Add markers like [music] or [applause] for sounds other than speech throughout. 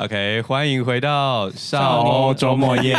OK，欢迎回到 [laughs] 少欧周末夜。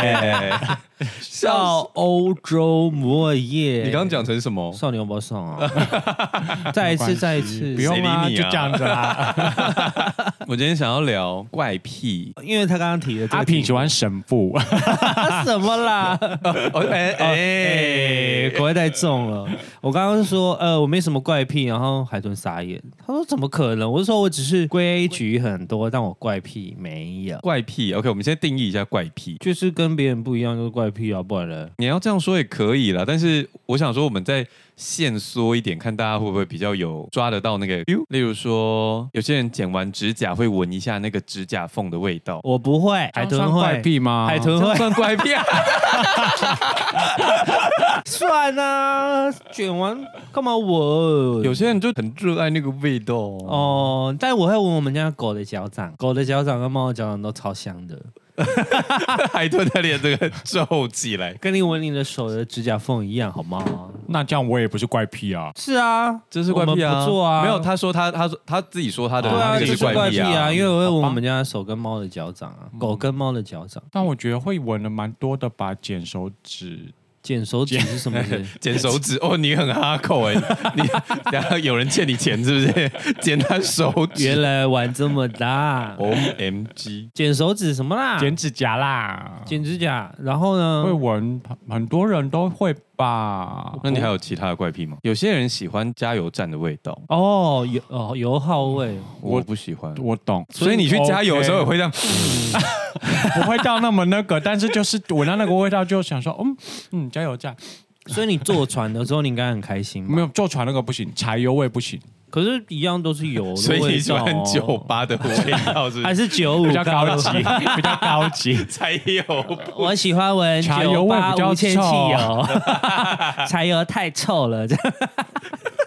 少，少欧洲末夜，你刚刚讲成什么？少年欧巴桑啊！再一次，再一次，不用啊，谁理你就啊这样子 [laughs] 啦。我今天想要聊怪癖。因为他刚刚提的这个阿平题喜欢神父，啊 [laughs] 什么啦？ [laughs] 哦，哎哎，口味太重了。我刚刚说，呃，我没什么怪癖，然后海豚傻眼，他说怎么可能？我就说我只是规矩很多，但我怪癖没有，怪癖。OK，我们先定义一下怪癖。就是跟别人不一样，就是怪癖啊，不然嘞。你要这样说也可以啦，但是我想说，我们再限缩一点，看大家会不会比较有抓得到那个。例如说，有些人剪完指甲会闻一下那个指甲缝的味 [laughs] 道，我不会，海这豚样算怪会，癖吗？海豚 [laughs] 这会样算怪癖啊？ [laughs] 算啊，卷完干嘛我？有些人就很热爱那个味道哦。哦，但我会闻我们家狗的脚掌，狗的脚掌跟猫的脚掌都超香的，海豚的脸这个皱起来，跟你闻你的手的指甲缝一样，好吗？那这样我也不是怪癖啊。是啊，这是怪癖我啊！们不做啊没有，他说他他说他自己说他的对那啊，个这这是是怪怪癖癖啊啊，，因为我会闻好吧我们家的手跟猫的脚掌啊，狗跟猫的脚掌，但我觉得会闻的蛮多的吧，剪手指。剪手指是什么 [laughs] 意思？剪手指哦，你很哈口 [laughs] 哎，你然后有人欠你钱是不是？剪他手指，原来玩这么大， O M G，剪手指什么啊啦？剪指甲啦，剪指甲，然后会呢？闻，很多人都会吧。那你还有其他的怪癖吗？有些人喜欢加油站的味道，哦，油哦油耗味，我不喜欢，我懂，所以你去加油的时候也 OK 会这样。 [laughs] 不会到那么那个，但是就是闻到那个味道就想说，嗯嗯，加油加油。所以你坐船的时候你应该很开 [laughs] 心没吧？有坐船那个不行，柴油味不行，可是一样都是油的味道哦，所以你喜欢酒吧的味道是不还是？是九五比较高 [laughs] 级，比较高级。才有 [laughs] 我喜欢闻柴油味比较985汽臭油， [laughs] 柴油太臭了，这 [laughs] 样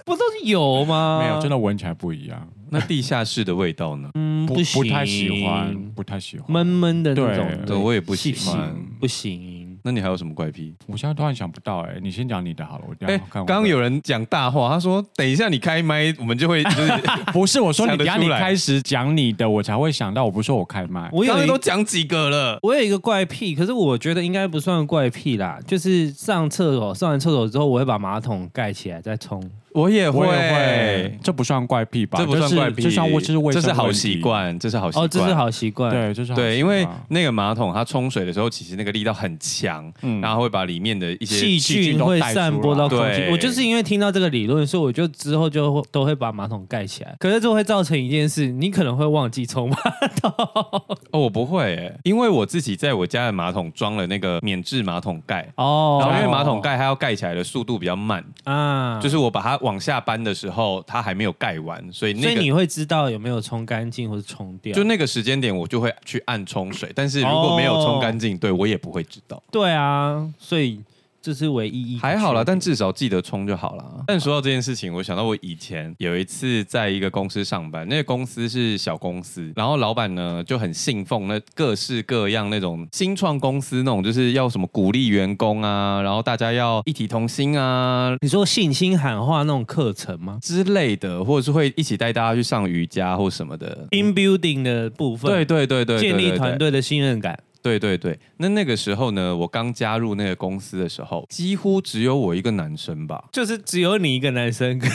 不都是油吗？啊没有，真的，的闻起来不一样，那地下室的味道呢？嗯，不行，不太喜欢，不太喜欢。闷闷的那对种，对，我也不喜细细欢。不行。那你还有什么怪癖？我现在突然想不到，哎，你先讲你的好了，我等一哎，下看我的。刚刚 [laughs] 有人讲大话，他说等一下你开麦，我们就会就是不是我说你想得等一下出你来开始讲你的，我才会想到。我不是说我开麦， [laughs] 我刚有刚一都讲几个了。我有一个怪癖，可是我觉得应该不算怪癖啦，就是上厕所，上完厕所之后，我会把马桶盖起来再冲。我也我也会，，这不算怪癖吧？这不算怪癖，这是这算卫这是卫这生是好问题习，惯，这是好习惯，哦，这是好习惯。，对，这是好习惯对，因为那个马桶它冲水的时候，其实那个力道很强，嗯然后会把里面的一些细细菌菌都会带出散播到来空气。对我就是因为听到这个理论，所以我就之后就会都会把马桶盖起来。可是这会造成一件事，你可能会忘记冲马桶。哦，我不会耶，因为我自己在我家的马桶装了那个免治马桶盖。哦然后因为马桶盖它要盖起来的速度比较慢，啊，就是我把它往下搬的时候，它还没有盖完，所以所那以个你会知道有没有冲干净或者冲掉。就那个时间点我就会去按冲水，但是如果没有冲干净，哦对我也不会知道。对啊，所以这是唯一一个还好啦，但至少记得冲就好啦。但说到这件事情，我想到我以前有一次在一个公司上班，那个公司是小公司，然后老板呢就很信奉那各式各样那种新创公司那种，就是要什么鼓励员工啊，然后大家要一体同心啊。你说信心喊话那种课程吗之类的，或者是会一起带大家去上瑜伽或什么的。 ？In building 的部嗯分，对对对对，对建对立对团队的信任感。对对对，那那个时候呢，我刚加入那个公司的时候，几乎只有我一个男生吧。就是只有你一个男生，可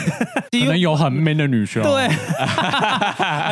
能有很 man 的女生，啊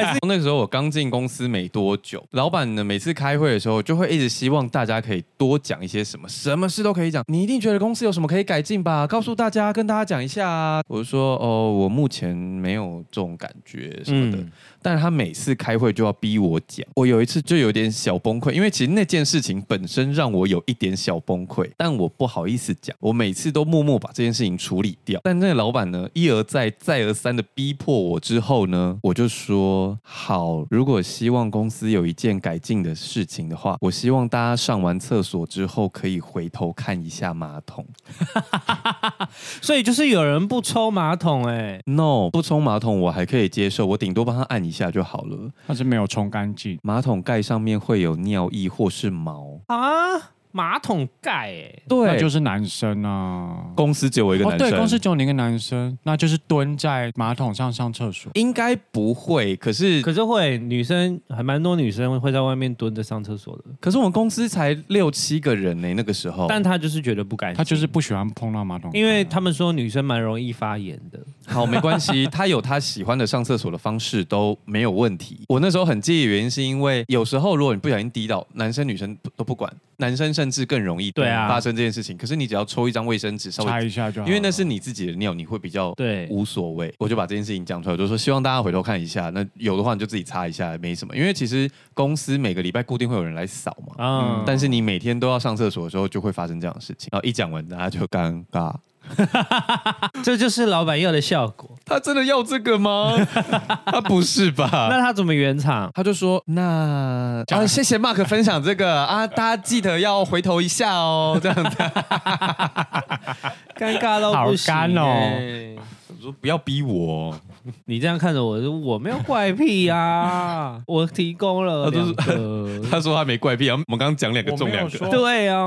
[laughs] 对，那个时候我刚进公司没多久，老板呢每次开会的时候就会一直希望大家可以多讲一些什么，什么事都可以讲。你一定觉得公司有什么可以改进吧？告诉大家，跟大家讲一下啊。我就说哦，我目前没有这种感觉什么的。嗯但是他每次开会就要逼我讲，我有一次就有点小崩溃，因为其实那件事情本身让我有一点小崩溃，但我不好意思讲，我每次都默默把这件事情处理掉。但那个老板呢，一而再再而三的逼迫我之后呢，我就说好，如果希望公司有一件改进的事情的话，我希望大家上完厕所之后可以回头看一下马桶。所以就是有人不抽马桶、哎， No，不冲马桶我还可以接受，我顶多帮他按一下就好了。但是没有冲干净。马桶盖上面会有尿液或是毛。啊，马桶盖、哎，那对，就是是男生啊。公司只有我一个哦，男生，对，公司只有你一个男生，那就是蹲在马桶上上厕所。应该不会。可是可是会女生还蛮多女生会在外面蹲着上厕所的，可是我们公司才六七个人呢、那个时候，但她就是觉得不干净，他就是不喜欢碰到马桶，哎因为他们说女生蛮容易发炎的， [laughs] 好，没关系，他有他喜欢的上厕所的方式都没有问题。我那时候很介意的原因是因为有时候如果你不小心滴到，男生女生都不管，男生甚至更容易对啊发生这件事情。可是你只要抽一张卫生纸稍擦微，一下就好了。因为那是你自己的尿，你会比较对，无所谓。我就把这件事情讲出来，我就说希望大家回头看一下，那有的话你就自己擦一下，没什么。因为其实公司每个礼拜固定会有人来扫嘛。嗯，但是你每天都要上厕所的时候，就会发生这样的事情。然后一讲完，大家就尴尬。这就是老板要的效果。他真的要这个 [laughs] 吗？他不是吧？那他怎么圆场？他就说：“那样啊，谢谢 Mark 分享这个啊，大家记得要回头一下哦，这样子。尴尬到不行、好干哦哎”我 [laughs] 说：“不要逼我。你这样看着我，我没有怪癖啊，我提供他了就两是 [laughs] 个”。他说他没怪癖啊，我们刚刚讲两个我中没两有个。说，对啊，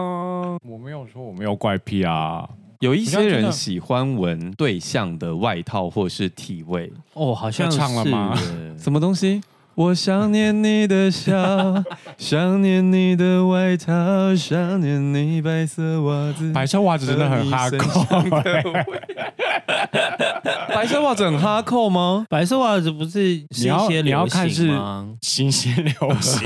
我没有说我没有怪癖啊。有一些你刚刚真人的喜欢闻对象的外套或是体味，哦，好像要唱了吗是什么东西？我想念你的笑，想念你的外套，想念你白色袜子。白色袜子真的很哈扣、白色袜子很哈扣吗？白色袜子不是是你一要些你要流行看是吗 [laughs] 新鲜流行。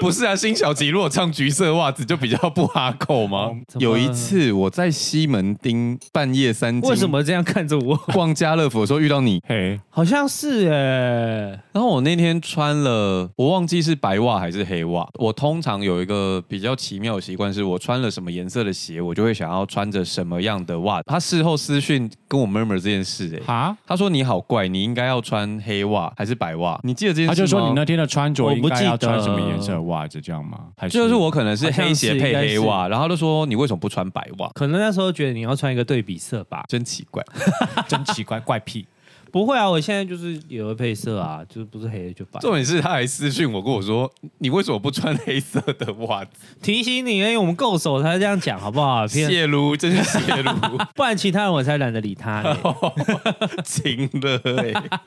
不是啊，辛晓琪如果唱橘色袜子就比较不哈扣吗？哦怎么有一次我在西门町半夜三更，为什么这样看着我？逛家乐福的时候遇到你？ [laughs] 嘿，好像是哎、然后我那天穿了，我忘记是白袜还是黑袜。我通常有一个比较奇妙的习惯，是我穿了什么颜色的鞋，我就会想要穿着什么样的袜子。他事后私讯跟我 murmur 这件事、欸，哈，他说你好怪，你应该要穿黑袜还是白袜？你记得这件事他吗？就说你那天的穿着我不应该要记得穿什么颜色的袜子，这样吗？还是就是我可能是好像黑鞋是应配该黑是袜，然后他就说你为什么不穿白袜？可能那时候觉得你要穿一个对比色吧？真奇怪。真奇怪怪 [laughs] 癖。不会啊，我现在就是有的配色啊，就是不是黑的就白。重点是他还私讯我跟我说，你为什么不穿黑色的袜子？提醒你，因哎为我们够手才这样讲，好不好？骗，泄露，真是泄露， [laughs] [laughs] 不然其他人我才懒得理他嘞。哦晴了哎、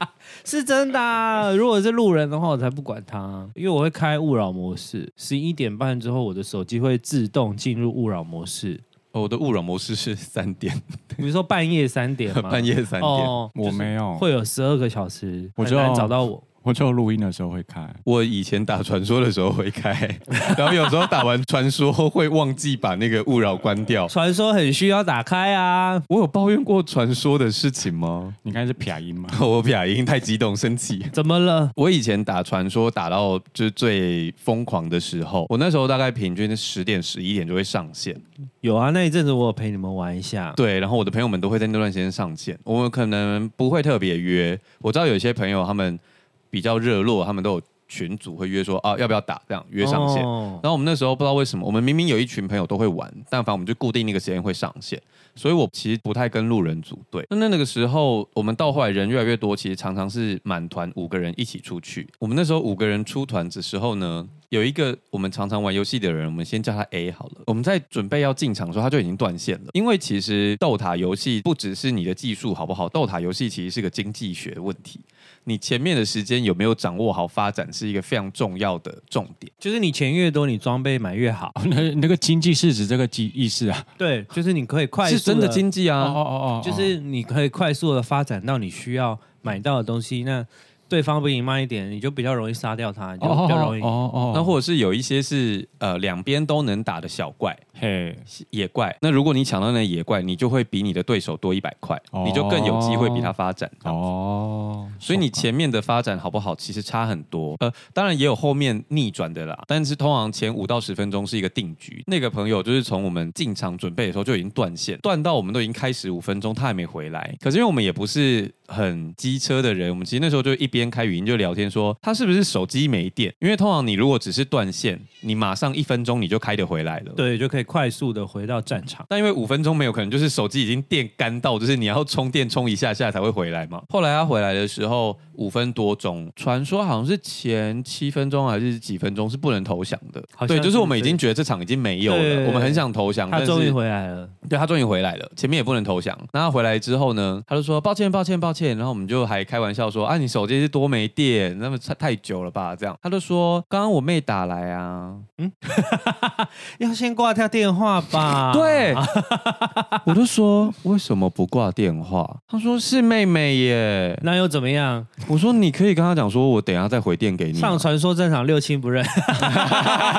是真的、啊，如果是路人的话，我才不管他，因为我会开勿扰模式。十一点半之后，我的手机会自动进入勿扰模式。哦我的勿扰模式是三点，比如说半夜三点嘛， [laughs] 半夜三点。哦，我没有，会有十二个小时，我很知道难找到我。我只有录音的时候会看。我以前打传说的时候会开，然后有时候打完传说会忘记把那个勿扰关掉。传说很需要打开啊，我有抱怨过传说的事情吗？ [laughs] 你看是撇音吗？我表音太激动生气。怎么了？我以前打传说打到就是最疯狂的时候，我那时候大概平均十点十一点就会上线，有啊，那一阵子我有陪你们玩一下。对，然后我的朋友们都会在那段时间上线，我们可能不会特别约。我知道有一些朋友他们比较热络，他们都有群组会约说啊要不要打这样约上线。哦然后我们那时候不知道为什么，我们明明有一群朋友都会玩，但凡我们就固定那个时间会上线，所以我其实不太跟路人组队。那那个时候，我们到后来人越来越多，其实常常是满团五个人一起出去。我们那时候五个人出团的时候呢，有一个我们常常玩游戏的人，我们先叫他 A 好了。我们在准备要进场的时候，他就已经断线了，因为其实斗塔游戏不只是你的技术好不好，斗塔游戏其实是个经济学问题。你前面的时间有没有掌握好发展，是一个非常重要的重点。就是你钱越多，你装备买越好。哦那那个经济市值这个记意识啊，对，就是你可以快速是地真的经济啊，哦哦哦，哦就是你可以快速的发展到你需要买到的东西，那对方比你慢一点，你就比较容易杀掉他，你就比较容易。哦哦那或者是有一些是呃两边都能打的小怪、嘿，野怪。那如果你抢到那野怪，你就会比你的对手多一百块，哦你就更有机会比他发展。哦，所以你前面的发展好不好，其实差很多。呃，当然也有后面逆转的啦，但是通常前五到十分钟是一个定局。那个朋友就是从我们进场准备的时候就已经断线，断到我们都已经开始五分钟，他还没回来。可是因为我们也不是很机车的人，我们其实那时候就一边开语音就聊天说，他是不是手机没电？因为通常你如果只是断线，你马上一分钟你就开得回来了。。对，就可以快速的回到战场。但因为五分钟没有，可能就是手机已经电干到，就是你要充电充一下下才会回来嘛。后来他回来的时候，五分多钟，传说好像是前七分钟还是几分钟是不能投降的。好像对，就是我们已是经觉得这场已经没有了，对我们很想投降，他但终于是回来了，对他终于回来了，前面也不能投降。那他回来之后呢，他就说抱歉，抱歉，抱歉。然后我们就还开玩笑说啊，你手机是多没电，那么太太久了吧？这样，他就说刚刚我妹打来啊，。要先挂掉电话吧 [laughs] 对，我就说为什么不挂电话？他说是妹妹耶。那又怎么样？我说你可以跟他讲说，我等一下再回电给你啊。上传说战场六亲不认， [laughs] [laughs]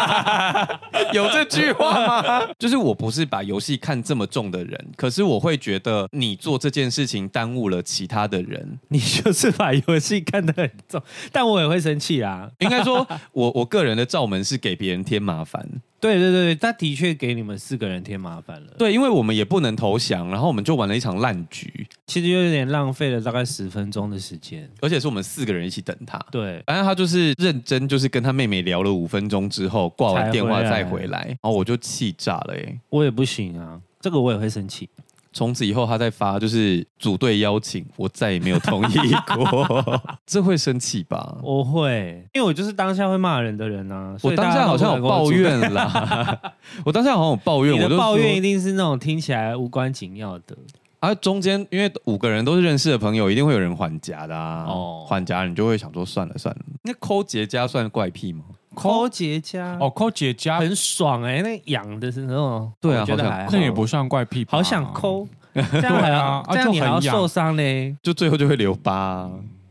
有这句话吗？ [laughs] 就是我不是把游戏看这么重的人，可是我会觉得你做这件事情耽误了其他的人。你就是把游戏看得很重，但我也会生气啊啦。应该说， [laughs] 我我个人的罩门是给别人添麻烦，对对对，他的确给你们四个人添麻烦了，对，因为我们也不能投降，然后我们就玩了一场烂局，其实有点浪费了大概十分钟的时间。而且是我们四个人一起等他。对，反正他就是认真，就是跟他妹妹聊了五分钟之后，挂完电话再才回回来，然后我就气炸了哎、我也不行啊，这个我也会生气。从此以后，他再发就是组队邀请，我再也没有同意 [laughs] 过，这会生气吧？我会，因为我就是当下会骂人的人啊。所我以当大家下都好像有不能跟我抱住，怨啦， [laughs] 我当下好像有抱怨，你我就的抱说怨一定是那种听起来无关紧要的。啊，中间因为五个人都是认识的朋友，一定会有人还夹的啊。哦哦，还夹你就会想说算了算了。那抠结痂算怪癖吗？抠结痂哦，扣姐家很爽哎、那痒的是那种，对啊我觉得好想还好那也不算怪癖吧，好啊想抠， [laughs] 这样还要、啊啊这样你就还很要痒受伤嘞，就最后就会留疤、啊。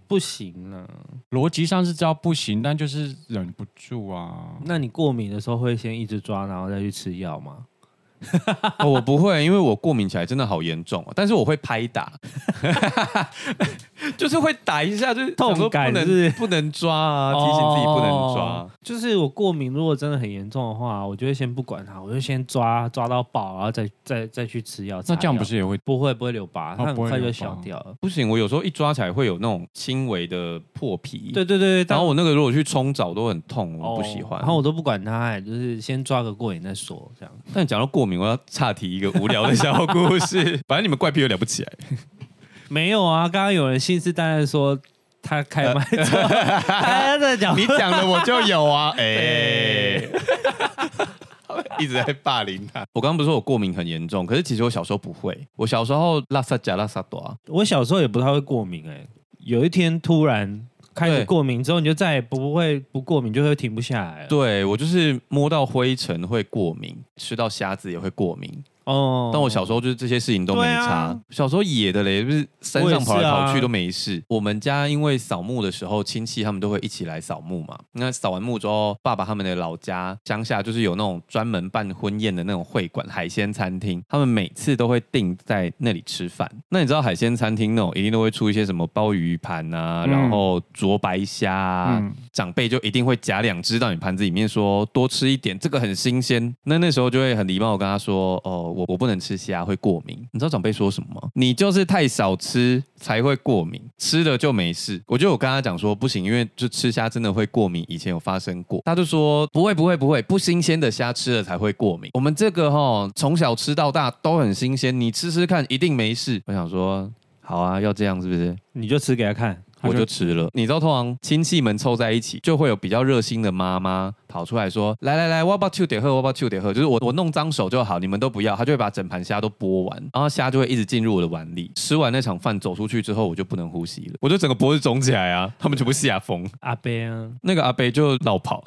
不行啊。逻辑上是知道不行，但就是忍不住啊。那你过敏的时候会先一直抓，然后再去吃药吗？ [laughs] 哦，我不会，因为我过敏起来真的好严重、哦，但是我会拍打， [laughs] 就是会打一下，就是痛想说感不是不能是不能抓啊，提醒自己不能抓。哦就是我过敏，如果真的很严重的话，我就会先不管它，我就先抓抓到饱，然后再再再去吃药。那这样擦药不是也会不哦会不会留疤，它很不会快留就疤消掉了。不行，我有时候一抓起来会有那种轻微的破皮。对。对对，然但后我那个如果去冲澡都很痛，我不哦喜欢。然后我都不管它，哎就是先抓个过瘾再说，这样。但讲到过敏，我要岔提一个无聊的小故 [laughs] 事。反正你们怪癖又了不起啊来，没有啊，刚刚有人信誓旦旦说他开麦之 [laughs] 后，他在讲 [laughs] 你讲的我就有 [laughs] 啊，哎、一直在霸凌他。我刚刚不是说我过敏很严重，可是其实我小时候不会。我小时候拉萨加拉萨多啊，我小时候也不太会过敏哎、有一天突然开对始过敏之后，你就再也不会不过敏，就会停不下来了。对我就是摸到灰尘会过敏，吃到虾子也会过敏。哦但我小时候就是这些事情都没对差，啊小时候野的嘞，就是山我也上是跑来跑去啊都没事。我们家因为扫墓的时候，亲戚他们都会一起来扫墓嘛。那扫完墓之后，爸爸他们的老家乡下就是有那种专门办婚宴的那种会馆、海鲜餐厅，他们每次都会定在那里吃饭。那你知道海鲜餐厅那种一定都会出一些什么鲍鱼盘啊，嗯然后灼白虾、啊，嗯长辈就一定会夹两只到你盘子里面说多吃一点，这个很新鲜。那那时候就会很礼貌，我跟他说，哦，我我不能吃虾，会过敏。你知道长辈说什么吗？你就是太少吃才会过敏，吃了就没事。我就有跟他讲说不行，因为就吃虾真的会过敏，以前有发生过。他就说不会不会不会，不新鲜的虾吃了才会过敏。我们这个哈、从小吃到大都很新鲜，你吃吃看一定没事。我想说。好啊，要这样是不是？你就吃给他看，我就吃了。你知道，通常亲戚们凑在一起，就会有比较热心的妈妈跑出来说：“来来来，我要把 two 点喝，我要把 two 点喝，就是我我弄脏手就好，你们都不要。”他就会把整盘虾都剥完，然后虾就会一直进入我的碗里。吃完那场饭走出去之后，我就不能呼吸了，我就整个脖子肿起来啊，他们全部吓疯。阿贝啊，那个阿伯就绕跑，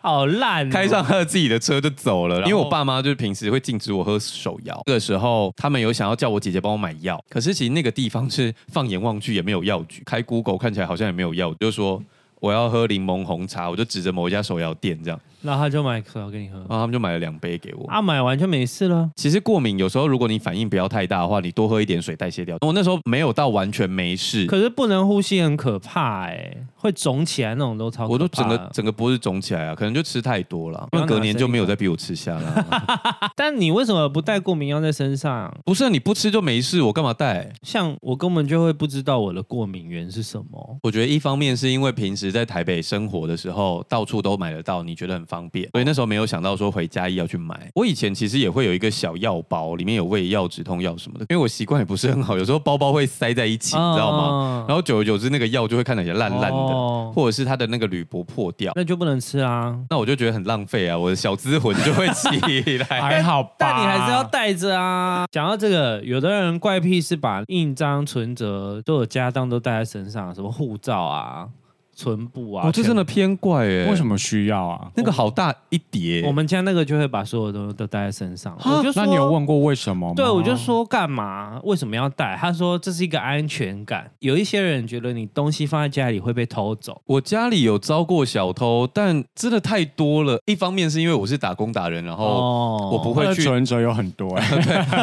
好烂哦、开上他自己的车就走了。因为我爸妈就是平时会禁止我喝手摇，那个时候他们有想要叫我姐姐帮我买药，可是其实那个地方是放眼望去也没有药局，开 Google 看起来好像也没有药，就说。我要喝柠檬红茶，我就指着某一家手摇店这样，然后他就买可乐给你喝然，后他们就买了两杯给我。啊，买完就没事了。其实过敏有时候，如果你反应不要太大的话，你多喝一点水代谢掉。我那时候没有到完全没事，可是不能呼吸很可怕哎、会肿起来那种都超可怕。我都整个整个脖子肿起来啊，可能就吃太多了，不因要为拿隔年就没有再逼我吃虾 [laughs] 了。啊但你为什么不带过敏药在身上？不是啊你不吃就没事，我干嘛带？像我根本就会不知道我的过敏源是什么。我觉得一方面是因为平时在台北生活的时候，到处都买得到，你觉得很方便，所以那时候没有想到说回家要去买。我以前其实也会有一个小药包，里面有胃药、止痛药什么的，因为我习惯也不是很好，有时候包包会塞在一起，你知道吗？吗然后久而久之，那个药就会看起来烂烂的，哦或者是它的那个铝箔破掉。那就不能吃啊。那我就觉得很浪费啊，我的小资魂就会 [laughs] 起来。还好吧，哎但你还是要带着啊。讲到这个，有的人怪癖是把印章、存折都有家当都带在身上，什么护照啊、存布啊。我哦这真的全偏怪哎、为什么需要啊？那个好大一叠部。我们家那个就会把所有东西都带在身上。哦我就说，啊那你有？问过为什么吗？对，我就说干嘛？为什么要带？他说这是一个安全感。有一些人觉得你东西放在家里会被偷走，我家里有遭过小偷，但真的太多了。一方面是因为我是打工达人，然后哦我不他会的 [laughs] 去，存折有很 [laughs] 多哎，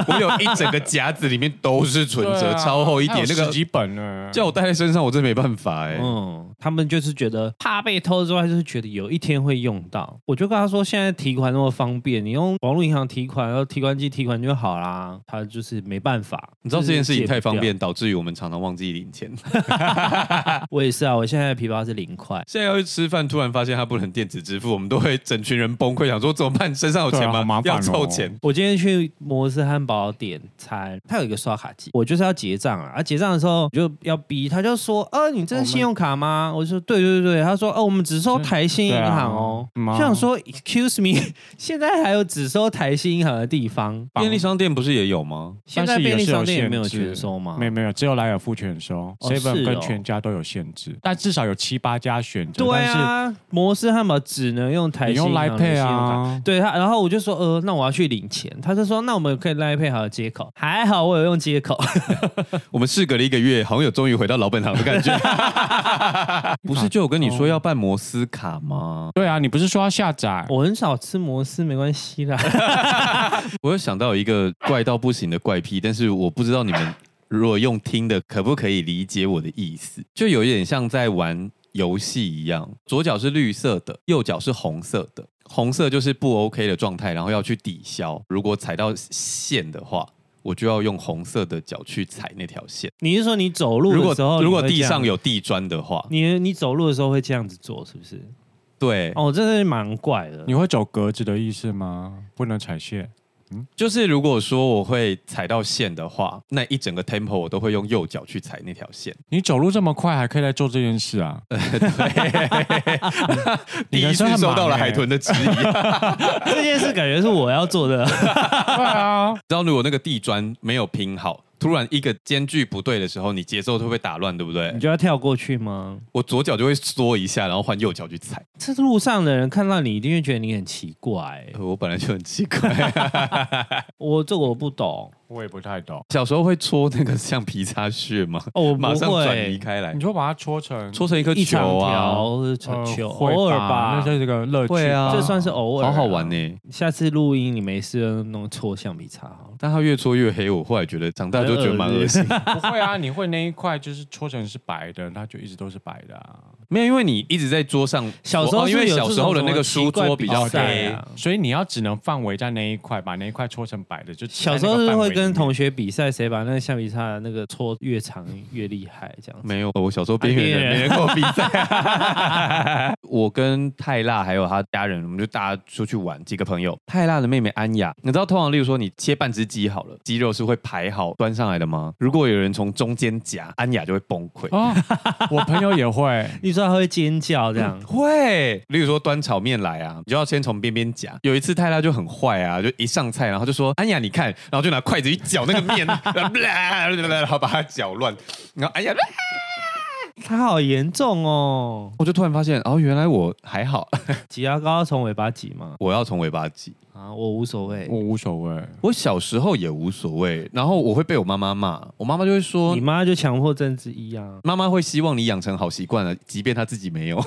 我有一整个夹子里面都是存折，对啊超厚一 [laughs] 还叠有，那个十几本呢，叫我带在身上，我真的没办法哎、嗯，他们就是觉得怕被偷之外，就是觉得有一天会用到。我就跟他说，现在提款那么方便，你用网络银行提款，然后提款机提款就好啦。他就是没办法，你知道这件事情就是戒不太方掉。便，导致于我们常常忘记领钱。 [laughs] 我也是啊，我现在的皮包是零块。现在要去吃饭，突然发现它不能电子支付，我们都会整群人崩溃，想说怎么办？身上有钱对啊吗？好麻烦要哦凑钱。我今天去摩斯汉堡点餐，他有一个刷卡机，我就是要结账啊。啊，结账的时候我就要逼，他就说：“呃，你这是信用卡吗？”我就说：“对对对。”他说：“哦，我们只收台新银行哦。对啊嗯啊就想说：“Excuse me，现在还有只收台新银行的地方？便利商店不是也有吗？现在但是便也利是有商店也没有限制全收吗？没有没有，只有莱尔富全收哦是，seven 哦跟全家都有限制，但至少有七八家选择。对但啊，摩斯汉堡只能用台是你新用银行 Line 的 Pay 信用卡。啊，对他，然后我就说，呃，那我要去领钱。他就说，那我们可以 Line Pay 还有接口，还好我有用接口。我们事隔了一个月，好像有终于回到老本行的感 [laughs] 觉。不是就有跟你哦说要办摩斯卡吗？对啊，你不是说要下载？我很少吃摩斯，没关系啦。 [laughs] 我有想到一个怪到不行的怪癖，但是我不知道你们如果用听的，可不可以理解我的意思？就有一点像在玩游戏一样，左脚是绿色的，右脚是红色的。红色就是不 OK 的状态，然后要去抵消。如果踩到线的话，我就要用红色的脚去踩那条线。你是说你走路如的果时候，如果你会地这样上，有地砖的话，你你走路的时候会这样子做，是不是？对，哦，真的是蛮怪的你。会走格子的意思吗？不能踩线。就是如果说我会踩到线的话，那一整个 tempo 我都会用右脚去踩那条线。你走路这么快，还可以来做这件事 [laughs] 啊？第 [laughs] 你一人次生很受忙到了欸海豚的质疑，你这件事感觉是我要 [laughs] 做的，对啊，知道如果那个地砖没有拼好，突然一个间距不对的时候，你节奏会被打乱，对不对你？就要跳过去吗？我左脚就会缩一下，然后换右脚去踩。这路上的人看到你，一定会觉得你很奇怪。呃我本来就很奇怪，我这个我不懂，我也不太懂。 [laughs] 小时候会戳那个橡皮擦屑吗？哦，我不马上转移会开来你，说把它戳成戳嗯成一颗一长球啊！条呃长呃球，会偶尔吧，吧那，就是这个乐趣吧。会啊这算是偶尔，好好玩呢、。下次录音你没事就弄搓橡皮擦好了。但它越戳越黑，我后来觉得长大就觉得蛮恶心。不会啊，你会那一块就是戳成是白的，它就一直都是白的啊。 [laughs] 没有，因为你一直在桌上，小时候哦因为是有小时候的那个书桌比较这种什么奇怪比黑赛，啊所以你要只能范围在那一块，把那一块戳成白的。就小时候是会跟同学学比赛，谁把那个橡皮擦的那个搓越长越厉害，这样子。没有，我小时候边缘人，啊边缘没人人跟我比 [laughs] 赛。我跟泰辣还有他家人，我们就大家出去玩，几个朋友。泰辣的妹妹安雅，你知道，通常例如说你切半只鸡好了，鸡肉是会排好端上来的吗？如果有人从中间夹，安雅就会崩溃。哦，我朋友也会。你知道他会尖叫这嗯样，会，例如说端炒面来啊，你就要先从边边夹。有一次泰拉就很坏啊，就一上菜，然后就说：“安雅，你看。”然后就拿筷 [laughs] 子一搅那个面，然后然后把它搅乱。然后安雅，他好严重哦，我就突然发现，哦，原来我还好，挤牙膏要从尾巴挤吗？我要从尾巴挤。啊，我无所谓我。无所谓。我小时候也无所谓，然后我会被我妈妈骂，我妈妈就会说你。妈就强迫症之一啊，妈妈会希望你养成好习惯了，即便她自己没有。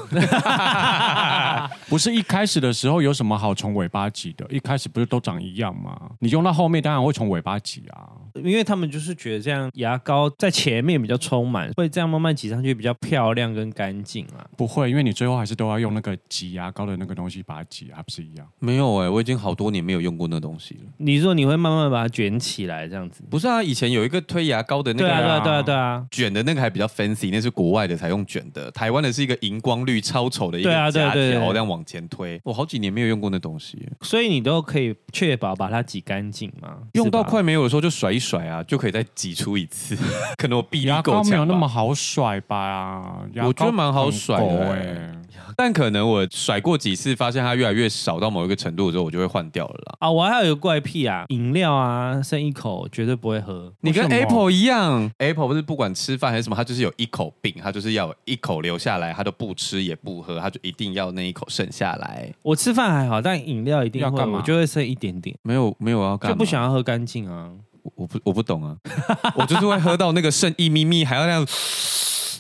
不是一开始的时候有什么好从尾巴挤的？一开始不是都长一样吗？你用到后面当然会从尾巴挤啊。因为他们就是觉得这样牙膏在前面比较充满，会这样慢慢挤上去比较漂亮跟干净啊。不会，因为你最后还是都要用那个挤牙膏的那个东西把它挤，还不是一样？没有哎、我已经好多年没有用过那东西了。你说你会慢慢把它卷起来这样子？不是啊，以前有一个推牙膏的那对个啊，啊对啊，啊对啊，对啊，卷的那个还比较 fancy，那是国外的才用卷的，台湾的是一个荧光绿超丑的一个对啊夹对条，对对啊这样往前推。我好几年没有用过那东西了，所以你都可以确保把它挤干净嘛，用到是吧快没有的时候就甩一甩啊，就可以再挤出一次。 [laughs] 可能我臂力牙够膏没有强那么吧，好甩吧？牙膏我觉得蛮好甩的很哎薄欸但可能我甩过几次，发现它越来越少到某一个程度的时候，我就会换掉了啦。啊，我还有一个怪癖啊，饮料啊，剩一口绝对不会喝。你跟为什么 Apple 一样，Apple 不是不管吃饭还是什么，它就是有一口病，它就是要有一口留下来，它都不吃也不喝，它就一定要那一口剩下来。我吃饭还好，但饮料一定要会，干嘛我就会剩一点点，没有没有要干就嘛，不想要喝干净啊。我我不我不懂啊， [laughs] 我就是会喝到那个剩一咪咪，还要那样。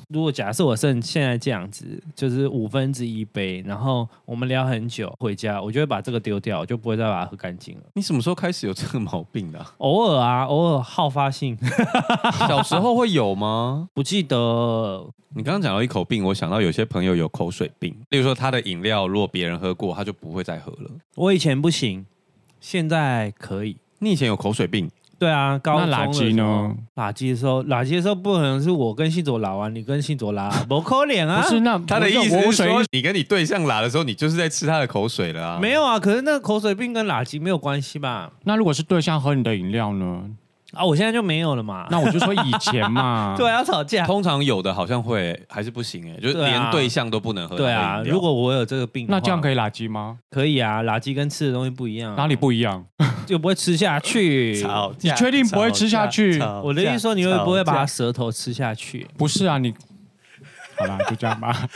如果假设我剩现在这样子，就是五分之一杯，然后我们聊很久，回家我就会把这个丢掉，我就不会再把它喝干净了。你什么时候开始有这个毛病 [laughs] 的啊、偶尔啊，偶尔好发性，小时候会有吗？不记得你刚刚讲到一口病，我想到有些朋友有口水病，例如说他的饮料如果别人喝过，他就不会再喝了。我以前不行，现在可以。你以前有口水病，对啊，高中那垃圾呢？垃圾的时候，垃圾的时候不可能是我跟信佐拉完，你跟信佐拉，不可脸啊！不是那他的不意思我是无水说，你跟你对象拉的时候，你就是在吃他的口水了啊。没有啊，可是那个口水病跟垃圾没有关系吧？那如果是对象喝你的饮 [laughs] 料呢？啊，我现在就没有了嘛。那我就说以前 [laughs] 嘛。对、啊，要吵架。通常有的好像会还是不行哎、就是对啊连对象都不能喝他的对饮料。啊，如果我有这个病的话，那这样可以垃圾吗？可以啊，垃圾跟吃的东西不一样啊、哪里不一样？就不会吃下 [laughs] 去。吵你架确定不会吃下去嗯吵架我的意思说，你会不会把吵架它舌头吃下去？不是啊，你好啦，就这 [laughs] 样吧。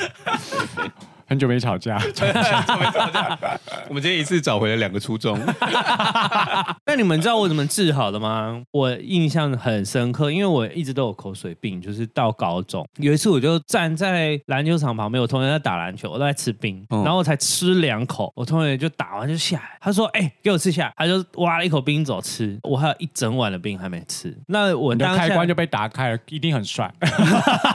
很久没吵架，我们今天一次找回了两个初 [laughs] 衷。那你们知道我怎么治好的吗？我印象很深刻，因为我一直都有口水病，就是到高中有一次，我就站在篮球场旁边，我同学在打篮球，我都在吃冰，哦嗯然后我才吃两口，我同学就打完就下来，他说：“哎、给我吃下来。”他就挖了一口冰走吃，我还有一整碗的冰还没吃。那我你的当下开关就被打开了，一定很帅。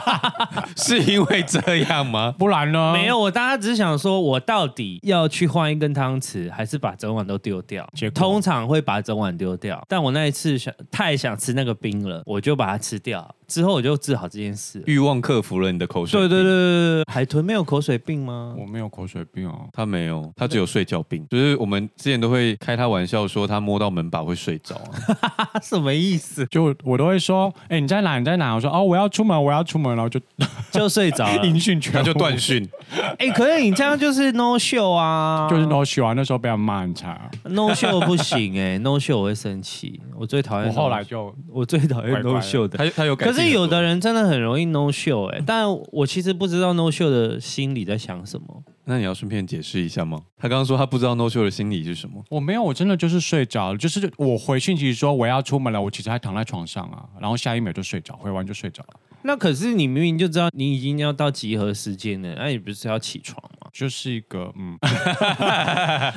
[laughs] 是因为这样吗？不然呢？没有，，我当时只是想说，我到底要去换一根汤匙，还是把整碗都丢掉结？果通常会把整碗丢掉，但我那一次想太想吃那个冰了，我就把它吃掉，之后我就治好这件事了。欲望克服了你的口水。对对对对，对，对海豚没有口水病吗？我没有口水病哦。他没有，他只有睡觉病。就是我们之前都会开他玩笑说他摸到门把会睡着、 [laughs] 啊，他什么意思？就我都会说，哎、你在哪？你在哪？我说哦，我要出门，我要出门，然后就就睡着 [laughs] 了。音讯他全无嗯就断，讯。哎、可是你这样就是 no show 啊，就是 no show 啊。那时候被他骂很惨， no show 不行哎、n o show 我会生气，我最哎讨厌。我后来，就我最讨厌乖乖 no show 的。他他有改可进很多，是有的人真的很容易 no show 哎、但我其实不知道 no show 的心里在想什么。那你要顺便解释一下吗？他刚刚说他不知道 no show 的心理是什么。我没有，我真的就是睡着了。就是我回讯息说我要出门了，我其实还躺在床上啊，然后下一秒就睡着，回完就睡着了，那可是你明明就知道你已经要到集合时间了，那你不是要起床吗？就是一个嗯，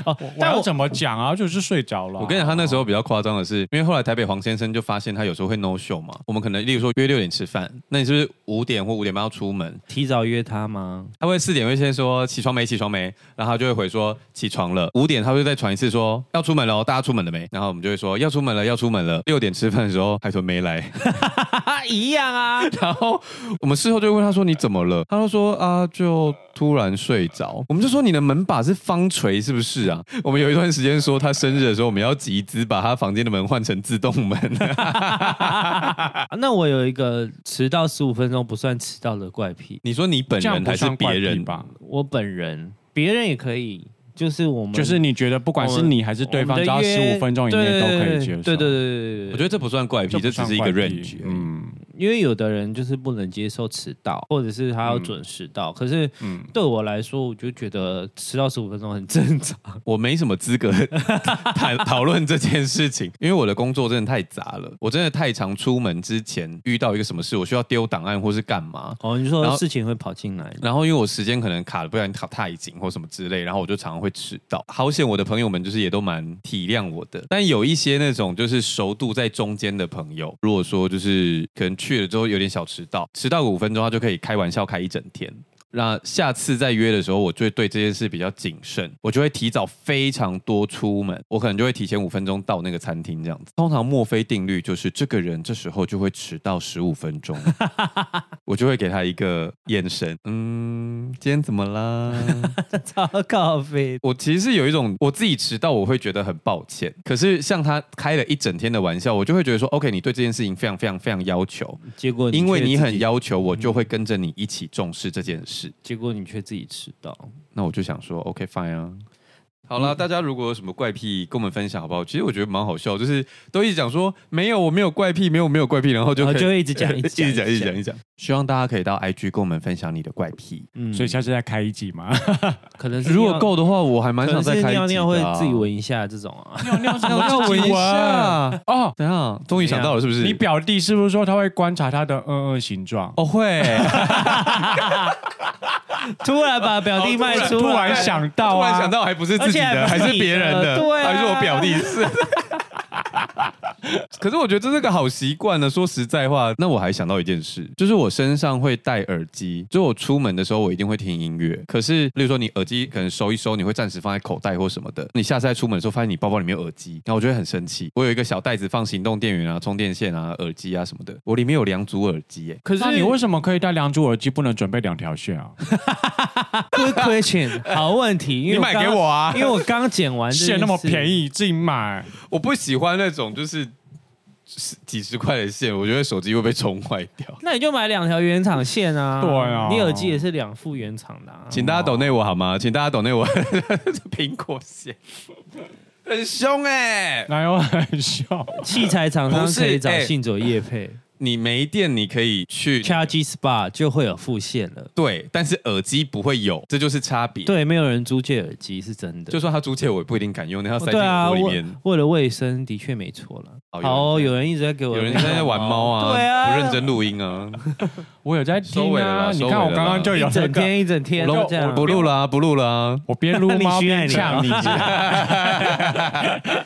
哦，但但我要我怎么讲啊？就是睡着哦了啊、我跟你讲，他那时候比较夸张的是，因为后来台北黄先生就发现他有时候会 no show 嘛。我们可能例如说约六点吃饭，那你是不是五点或五点半要出门？提早约他吗？他会四点会先说起床没起床没，然后他就会回说起床了。五点他会再传一次说要出门了哦，大家出门了没？然后我们就会说要出门了，要出门了。六点吃饭的时候海豚没来， [laughs] 啊，一样啊。然后我们事后就会问他说你怎么了？他就说啊，就突然睡着。我们就说你的门把是方锤是不是啊？我们有一段时间说他生日的时候，我们要集资把他房间的门换成自动门。 [laughs] 那我有一个迟到十五分钟不算迟到的怪癖，你说你本这样人不还是算怪别癖人？吧？我本人，别人也可以，就是我们就是你觉得不管是你还是对方，只要十五分钟以内都可以接受。对对对对对对对，我觉得这不算怪癖，这不只算是一个怪癖 range。嗯，嗯，因为有的人就是不能接受迟到，或者是他嗯要准时到。可是嗯，对我来说，我就觉得迟到十五分钟很正常。 [laughs] 我没什么资格 [laughs] 谈讨论这件事情，因为我的工作真的太杂了，我真的太常出门之前遇到一个什么事，我需要丢档案或是干嘛。哦，你然说后事情会跑进来， [laughs] 然后因为我时间可能卡了，不然卡太紧或什么之类，然后我就常常会迟到。好险我的朋友们就是也都蛮体谅我的，但有一些那种就是熟度在中间的朋友，如果说就是可能去了之后有点小迟到，迟到个五分钟他就可以开玩笑开一整天。那下次再约的时候，我就会对这件事比较谨慎，我就会提早非常多出门，我可能就会提前五分钟到那个餐厅这样子。通常墨菲定律就是这个人这时候就会迟到十五分钟，我就会给他一个眼神，嗯，今天怎么啦？ [laughs] 超咖啡。我其实是有一种我自己迟到，我会觉得很抱歉。可是像他开了一整天的玩笑，我就会觉得说，OK，你对这件事情非常非常非常要求，结果因为却你自很己，嗯要求，我就会跟着你一起重视这件事。结果你却自己迟到。那我就想说，OK fine 啊。好嗯啦，大家如果有什么怪癖，跟我们分享好不好？其实我觉得蛮好笑，就是都一直讲说没有，我没有怪癖，没有，我没有怪癖，然后就然可后以就一直讲一一直直讲讲，[laughs] 一一直直讲讲，一直讲。希望大家可以到 IG 跟我们分享你的怪癖。嗯所以下次再开一季 [laughs] 嘛。可能是如果尿，够的话，我还蛮可想能再是开一尿集的尿会啊自己闻一下这种啊。尿尿尿 [laughs] 尿闻一下。哦，等一下，终于想到了，是不是？你表弟是不是说他会观察他的嗯嗯形状？哦会，突然把表 [laughs] 哦弟卖出突来，然想到突然啊，想到还不是自己的，而且还还不是是你的别人的，对啊还是我表弟 [laughs] 是。可是我觉得这是个好习惯呢。说实在话，那我还想到一件事，就是我身上会戴耳机，就我出门的时候我一定会听音乐。可是，例如说你耳机可能收一收，你会暂时放在口袋或什么的。你下次再出门的时候，发现你包包里面有耳机，然后我就会很生气。我有一个小袋子放行动电源啊、充电线啊、耳机啊什么的，我里面有两组耳机耶、可那是你为什么可以戴两组耳机，不能准备两条线 [laughs] 啊？ good question，好问题，因为你买给我啊刚，因为我刚 [laughs] 剪完，线那么便宜，宜，自己买。我不喜欢那种就是十几十块的线，我觉得手机会被冲坏掉。那你就买两条原厂线啊，对啊你耳机也是两副原厂的、啊，请大家抖内我好吗？请大家抖内我 [laughs] 苹果线，很凶哎、哪有很笑？器材厂商可以不找是哎信卓业配、你没电你可以去 c h a r g e Spa 就会有付现了。对，但是耳机不会有，这就是差别。，对，没有人租借耳机是真的。就算他租借我也不一定敢用，那要哦塞进对耳啊，朵里为面。为了卫生，的确没错了。哦好，有人一直在给我，有人在那玩猫啊，对啊，不认真录音啊， [laughs] 我有在收听尾了啊啦，你收尾看了我刚刚就有 [laughs] 一那整个，天一整天我都都这样，啊我不录啊啦，不录啦，我边撸猫你虚边爱你呛 [laughs] 你，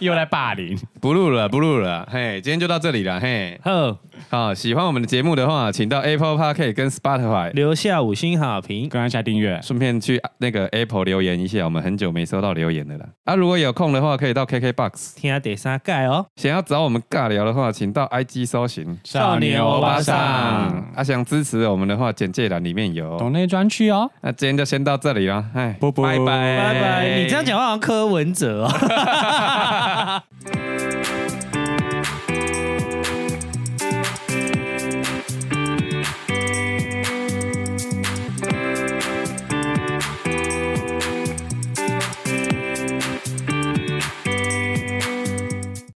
又来霸 [laughs] 凌。 [laughs] 不录了，不录了，嘿，今天就到这里了，嘿，呵，好，喜欢我们的节目的话，请到 Apple Park 跟 Spotify 留下五星好评。刚刚下订阅，顺便去那个 Apple 留言一下，我们很久没收到留言的啦。啊，如果有空的话，可以到 KKBox。听下第三盖哦，想要找我们尬聊的话，请到 IG 搜寻少年欧巴桑啊，想支持我们的话，简介栏里面有。懂内专区哦。那今天就先到这里啦，哎，啵啵拜拜拜拜。你这样。讲话好像柯文哲哦。